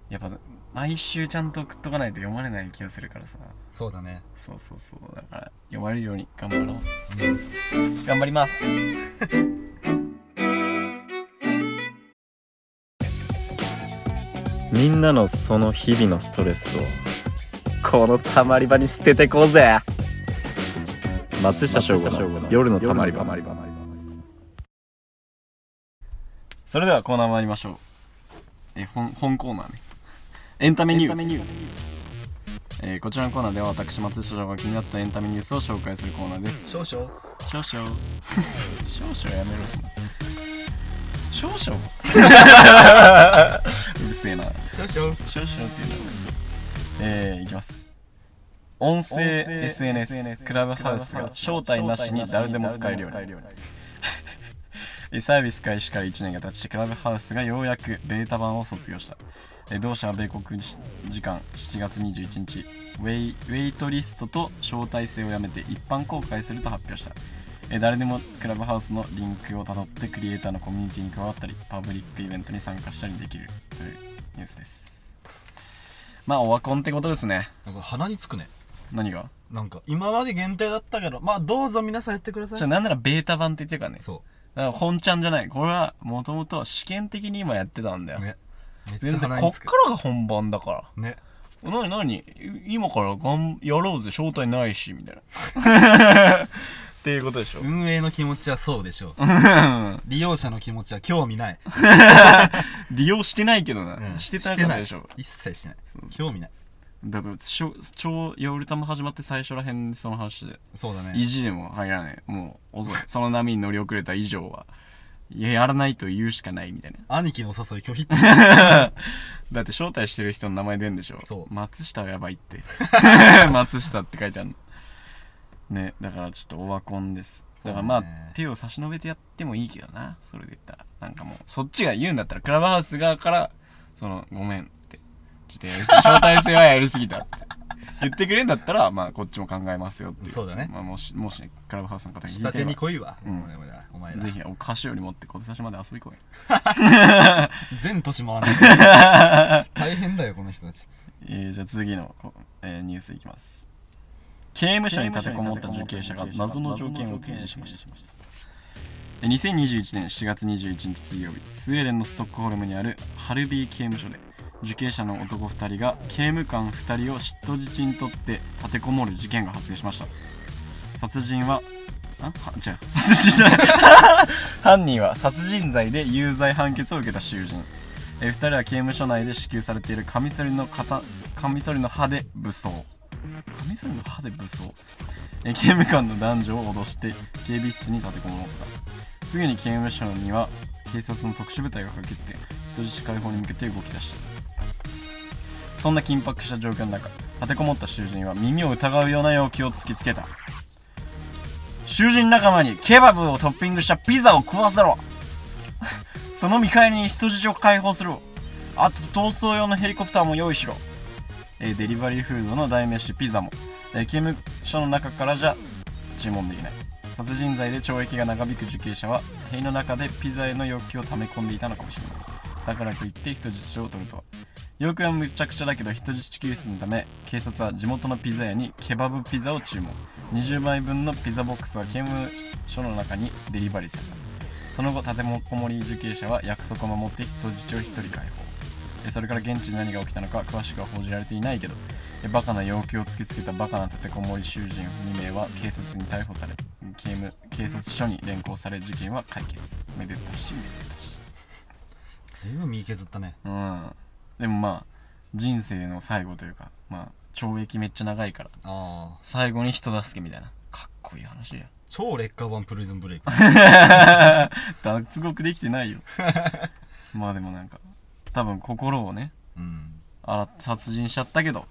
[SPEAKER 1] やっぱ毎週ちゃんと送っとかないと読まれない気がするからさ
[SPEAKER 2] うだね
[SPEAKER 1] そうそうそうだから読まれるように頑張ろう、頑張ります みんなのその日々のストレスをこのたまり場に捨ててこうぜ松下翔吾の夜のたまり場それではコーナー参りましょうえ本本コーナーねエンタメニュースえーこちらのコーナーでは私松下翔吾が気になったエンタメニュースを紹介するコーナーです
[SPEAKER 2] 少々
[SPEAKER 1] 少々 少々やめろ少々 うるせえな
[SPEAKER 2] 少々
[SPEAKER 1] 少々っていうのえー、いきます音声 SNS, クラブハウスが招待なしに誰でも使えるようにえサービス開始から1年が経ちクラブハウスがようやくベータ版を卒業したえ同社は米国時間7月21日ウェイウェイトリストと招待制をやめて一般公開すると発表したえ誰でもクラブハウスのリンクをたどってクリエイターのコミュニティに加わったりパブリックイベントに参加したりできるというニュースですまあオワコンってことですね
[SPEAKER 2] なんか鼻につくね
[SPEAKER 1] 何が
[SPEAKER 2] なんか今まで限定だったけどまあどうぞ皆さんやってくださ
[SPEAKER 1] じゃあ
[SPEAKER 2] い
[SPEAKER 1] なんならベータ版って言ってるからね
[SPEAKER 2] そ
[SPEAKER 1] だから本ちゃんじゃないこれはもともと試験的に今やってたんだよ、
[SPEAKER 2] うねめっち
[SPEAKER 1] 全
[SPEAKER 2] ゃ
[SPEAKER 1] 然
[SPEAKER 2] 鼻
[SPEAKER 1] こ
[SPEAKER 2] に
[SPEAKER 1] っ
[SPEAKER 2] つ
[SPEAKER 1] か
[SPEAKER 2] く
[SPEAKER 1] らが本番だから
[SPEAKER 2] ね
[SPEAKER 1] なになに今からがんやろうぜ招待ないしみたいな っていうことでしょ
[SPEAKER 2] 運営の気持ちはそうでし ょう利用者の気持ちは興味ない
[SPEAKER 1] 利用してないけどな、
[SPEAKER 2] うん
[SPEAKER 1] してたからでしょ
[SPEAKER 2] 一切してない興味ない
[SPEAKER 1] だとちょちょヨルタも始まって最初らへんその話で
[SPEAKER 2] そうだね
[SPEAKER 1] 意地でも入らないもう遅いその波に乗り遅れた以上はいややらないと言うしかないみたいな
[SPEAKER 2] 兄貴のお誘い拒否
[SPEAKER 1] だって招待してる人の名前出んでしょ
[SPEAKER 2] そう
[SPEAKER 1] 松下はやばいって 松下って書いてあるのねだからちょっとオワコンですだからまあ、
[SPEAKER 2] そうね
[SPEAKER 1] 手を差し伸べてやってもいいけどなそれで言ったらなんかもうそっちが言うんだったらクラブハウス側からそのごめんってちょっとやりすぎ招待制はやりすぎたって言ってくれんだったらまあこっちも考えますよっていう
[SPEAKER 2] そうだね
[SPEAKER 1] まあ、もしもしねクラブハウスの方に聞
[SPEAKER 2] 下
[SPEAKER 1] いてれ
[SPEAKER 2] 手
[SPEAKER 1] ば
[SPEAKER 2] に来いわ、
[SPEAKER 1] うん
[SPEAKER 2] お前らお前ら
[SPEAKER 1] ぜひお菓子より持って小手差しまで遊び来い
[SPEAKER 2] 全年回らない 大変だよこの人たち
[SPEAKER 1] えーじゃあ次の、こえーニュースいきます刑務所に立てこもった受刑者が謎の条件を提示しましたえー2021年7月21日水曜日スウェーデンのストックホルムにあるハルビー刑務所で受刑者の男2人が刑務官2人を嫉妬自ちにとって立てこもる事件が発生しました殺人はあは違う殺人じゃない 犯人は殺人罪で有罪判決を受けた囚人えー、2人は刑務所内で支給されているカミソリの型カミソリの刃で武装カミソリの刃で武装、えー刑務官の男女を脅して警備室に立てこもったすぐに刑務所には警察の特殊部隊が駆けつけ人質解放に向けて動き出したそんな緊迫した状況の中立てこもった囚人は耳を疑うような要求を突きつけた囚人仲間にケバブをトッピングしたピザを食わせろその見返りに人質を解放するあと逃走用のヘリコプターも用意しろ、えーデリバリーフードの代名詞ピザも、えー刑務所の中からじゃ注文できない殺人罪で懲役が長引く受刑者は塀の中でピザへの欲求を溜め込んでいたのかもしれないだからといって人質を取るとは要求はむちゃくちゃだけど人質救出のため警察は地元のピザ屋にケバブピザを注文20枚分のピザボックスは刑務所の中にデリバリーされたその後立てこもり受刑者は約束を守って人質を1人解放えそれから現地で何が起きたのか詳しくは報じられていないけどえバカな要求を突きつけたバカな立てこもり囚人2名は警察に逮捕され刑務警察署に連行され事件は解決めでたしめでたし
[SPEAKER 2] ずいぶん身削ったね
[SPEAKER 1] うんでもまあ人生の最後というかまあ懲役めっちゃ長いから
[SPEAKER 2] ああ
[SPEAKER 1] 最後に人助けみたいなかっこいい話や
[SPEAKER 2] 超劣化版プリズンブレイク
[SPEAKER 1] 脱獄できてないよまあでもなんか多分心をね
[SPEAKER 2] うん
[SPEAKER 1] あら殺人しちゃったけど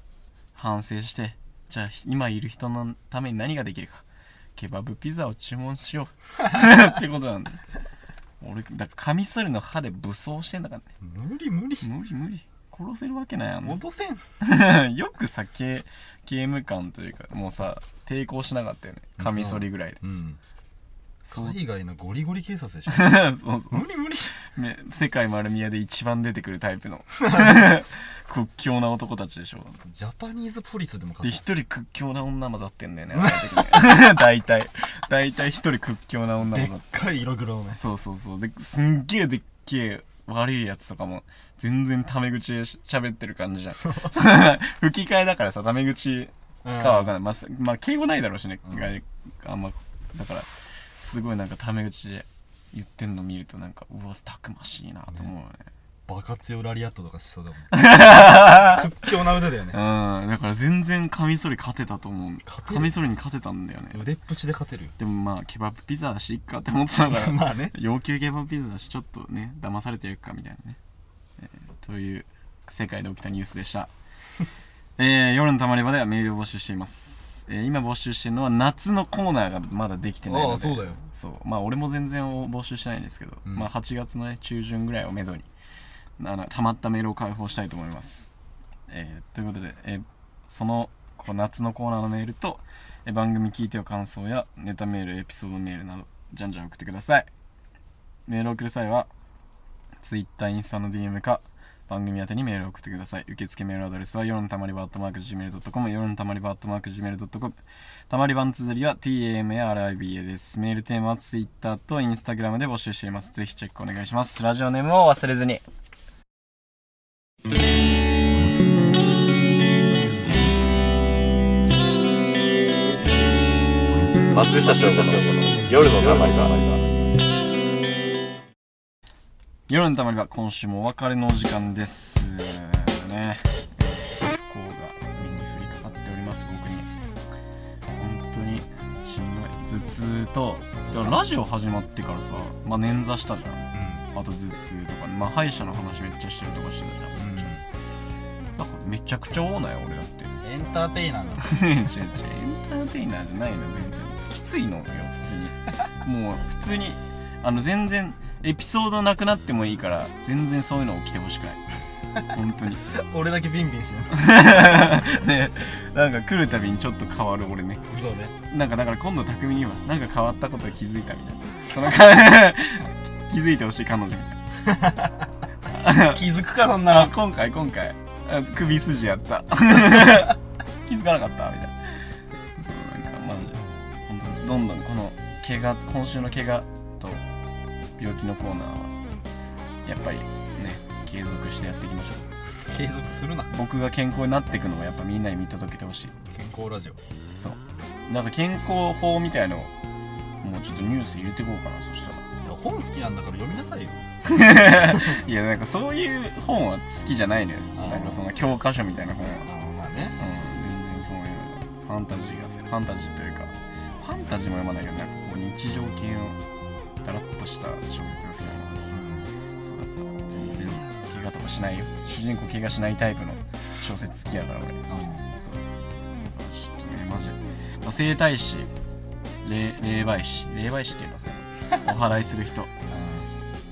[SPEAKER 1] 反省してじゃあ今いる人のために何ができるかケバブピザを注文しよう ってことなんだよ俺だからカミソリの歯で武装してんだからね
[SPEAKER 2] 無理無理
[SPEAKER 1] 無理無理殺せるわけないやん
[SPEAKER 2] 戻せ ん
[SPEAKER 1] よくさ刑刑務官というかもうさ抵抗しなかったよねカミソリぐらいで
[SPEAKER 2] うん
[SPEAKER 1] そう
[SPEAKER 2] 海外のゴリゴリ警察でしょ
[SPEAKER 1] そう そう
[SPEAKER 2] 無理無理
[SPEAKER 1] ね、世界丸見えで一番出てくるタイプ の屈強な男たちでしょ
[SPEAKER 2] ジャパニーズポリスでも
[SPEAKER 1] で
[SPEAKER 2] 勝っ
[SPEAKER 1] 一人屈強な女混ざってん だよねあの時ね大体大体一人屈強な女
[SPEAKER 2] たで
[SPEAKER 1] 混
[SPEAKER 2] っ
[SPEAKER 1] ざって
[SPEAKER 2] かい色黒のね
[SPEAKER 1] そうそうそうですんげえでっけえ悪いやつとかも全然タメ口でし喋ってる感じじゃん 吹き替えだからさタメ口
[SPEAKER 2] か
[SPEAKER 1] かはわかんないまあすまあ敬語ないだろうしね、
[SPEAKER 2] うん
[SPEAKER 1] 外あんまだからすごいなんかタメ口で言ってんの見るとなんかうわたくましいなと思うよね
[SPEAKER 2] バカ強ラリアットとかしそうだもん屈強な腕だよね
[SPEAKER 1] うん、だから全然カミソリ勝てたと思う
[SPEAKER 2] 勝てる
[SPEAKER 1] カミソリに勝てたんだよね
[SPEAKER 2] 腕っぷしで勝てるよ
[SPEAKER 1] でもまあケバブピザだしいっかって思ってたから
[SPEAKER 2] まあね
[SPEAKER 1] 要求ケバブピザだしちょっとね騙されてるかみたいなね、えーという世界で起きたニュースで した、えー夜のたまり場ではメールを募集しています、えー今募集してるのは夏のコーナーがまだできてないので
[SPEAKER 2] ああそうだよ
[SPEAKER 1] そうまあ俺も全然募集してないんですけど、
[SPEAKER 2] うん
[SPEAKER 1] まあ8月の、ね、中旬ぐらいをめどにあのたまったメールを開放したいと思います、えーということで、えーそのこう夏のコーナーのメールと、えー番組聞いてよ感想やネタメールエピソードメールなどじゃんじゃん送ってくださいメールを送る際は Twitter インスタの DM か番組宛てにメールを送ってください受付メールアドレスは夜のたまり場 .gmail.com 夜のたまり場 .gmail.com たまり番綴りは TAMARIBA です。メールテーマは Twitter と Instagram で募集しています。ぜひチェックお願いします。ラジオネームを忘れずに。
[SPEAKER 4] 松下翔吾の夜のたまり場
[SPEAKER 1] 夜のたまりは今週もお別れのお時間です。ね。えー不幸が目に降りかかっております、僕に。本当にしんどい。頭痛と、だからラジオ始まってからさ、まあ捻挫したじゃん。
[SPEAKER 2] う
[SPEAKER 1] あと頭痛とか、まあ歯医者の話めっちゃしてるとかしてたじゃ
[SPEAKER 2] ん、
[SPEAKER 1] ん。なんかめちゃくちゃ多ないよ、俺だって。
[SPEAKER 2] エンターテイナーなの
[SPEAKER 1] 違う違うエンターテイナーじゃないの全然きついのよ普通にもう普通にあの全然エピソードなくなってもいいから全然そういうの起きてほしくない本当に
[SPEAKER 2] 俺だけビンビンしてる
[SPEAKER 1] でなんか来るたびにちょっと変わる俺ね
[SPEAKER 2] そうね
[SPEAKER 1] なんかだから今度匠にはなんか変わったこと気づいたみたいなそのか気づいてほしい彼女みたいな
[SPEAKER 2] 気づくかそん
[SPEAKER 1] あ
[SPEAKER 2] な
[SPEAKER 1] 今回今回あ首筋やった 気づかなかったみたいなそうなんかマジで本当にどんどんこの怪我今週の怪我と病気のコーナーはやっぱりね継続してやっていきましょう
[SPEAKER 2] 継続するな
[SPEAKER 1] 僕が健康になっていくのもやっぱみんなに見届けてほしい
[SPEAKER 2] 健康ラジオ
[SPEAKER 1] そうなんか健康法みたいのをもうちょっとニュース入れていこうかなそしたら
[SPEAKER 2] 本好きなんだから読みなさいよ
[SPEAKER 1] いやなんかそういう本は好きじゃないのよ
[SPEAKER 2] あー
[SPEAKER 1] なんかその教科書みたいな本は
[SPEAKER 2] まあね
[SPEAKER 1] うん全然そういうのファンタジーがせファンタジーというかファンタジーも読まないけどなんかこう日常系のだらっとした小説が好きなのそうだから全然怪我とかしないよ主人公怪我しないタイプの小説好きやから俺そうそうそうちょっとねマジで、まあ、整体師霊霊媒師霊媒師っていうのそれお祓いする人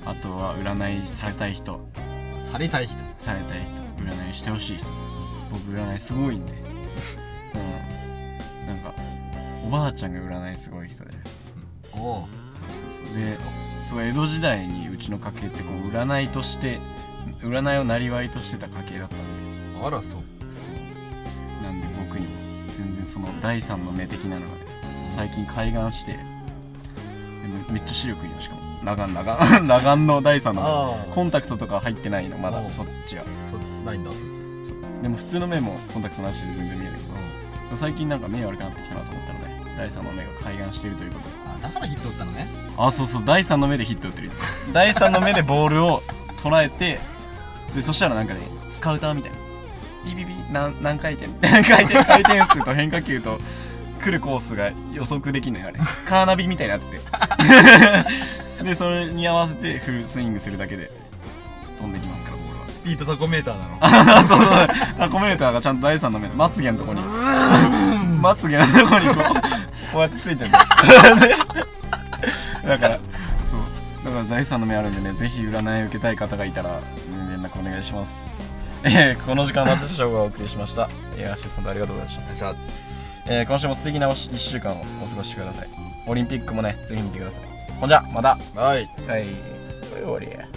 [SPEAKER 1] あとは占いされたい人
[SPEAKER 2] されたい人
[SPEAKER 1] されたい人占いしてほしい人僕占いすごいんで うんなんかおばあちゃんが占いすごい人で
[SPEAKER 2] おおう
[SPEAKER 1] そうそうそうでそう江戸時代にうちの家系ってこう占いとして占いをなりわいとしてた家系だったんで
[SPEAKER 2] あらそう
[SPEAKER 1] そうなんで僕にも全然その第三の目的なのがね最近開眼してでめめっちゃ視力いいのしかも裸眼裸眼裸眼の第三の
[SPEAKER 2] あ
[SPEAKER 1] 目コンタクトとか入ってないのま
[SPEAKER 2] お
[SPEAKER 1] だ
[SPEAKER 2] う
[SPEAKER 1] そっちは
[SPEAKER 2] そうないんだ
[SPEAKER 1] そうでも普通の目もコンタクトなしで全然見えるけどでも最近なんか目悪くなってきたなと思ったので第3の目が開眼しているということで
[SPEAKER 2] あだからヒット打ったのね
[SPEAKER 1] あそうそう第3の目でヒット打ってるい つも第3の目でボールを捉えてでそしたらなんかねスカウターみたいなピピピ何何回転 回転回転数と変化球と来るコースが予測できないあれカーナビみたいになって てでそれに合わせてフルスイングするだけで飛んできますからボールは
[SPEAKER 2] スピードタコメーターなの
[SPEAKER 1] あそうそうタコメーターがちゃんと第3の目まつげのとこにまつげのとこ にこうこうやってついて るんだだからそうだから第3の目あるんでねぜひ占い受けたい方がいたらうん連絡お願いします えー、この時間松下翔吾がお送りしましたえー、アシスタントありがとうございました
[SPEAKER 2] じゃあ
[SPEAKER 1] えー今週も素敵な1週間をお過ごしくださいオリンピックもねぜひ見てくださいほんじゃまたは
[SPEAKER 2] はい
[SPEAKER 1] いこれ終わりや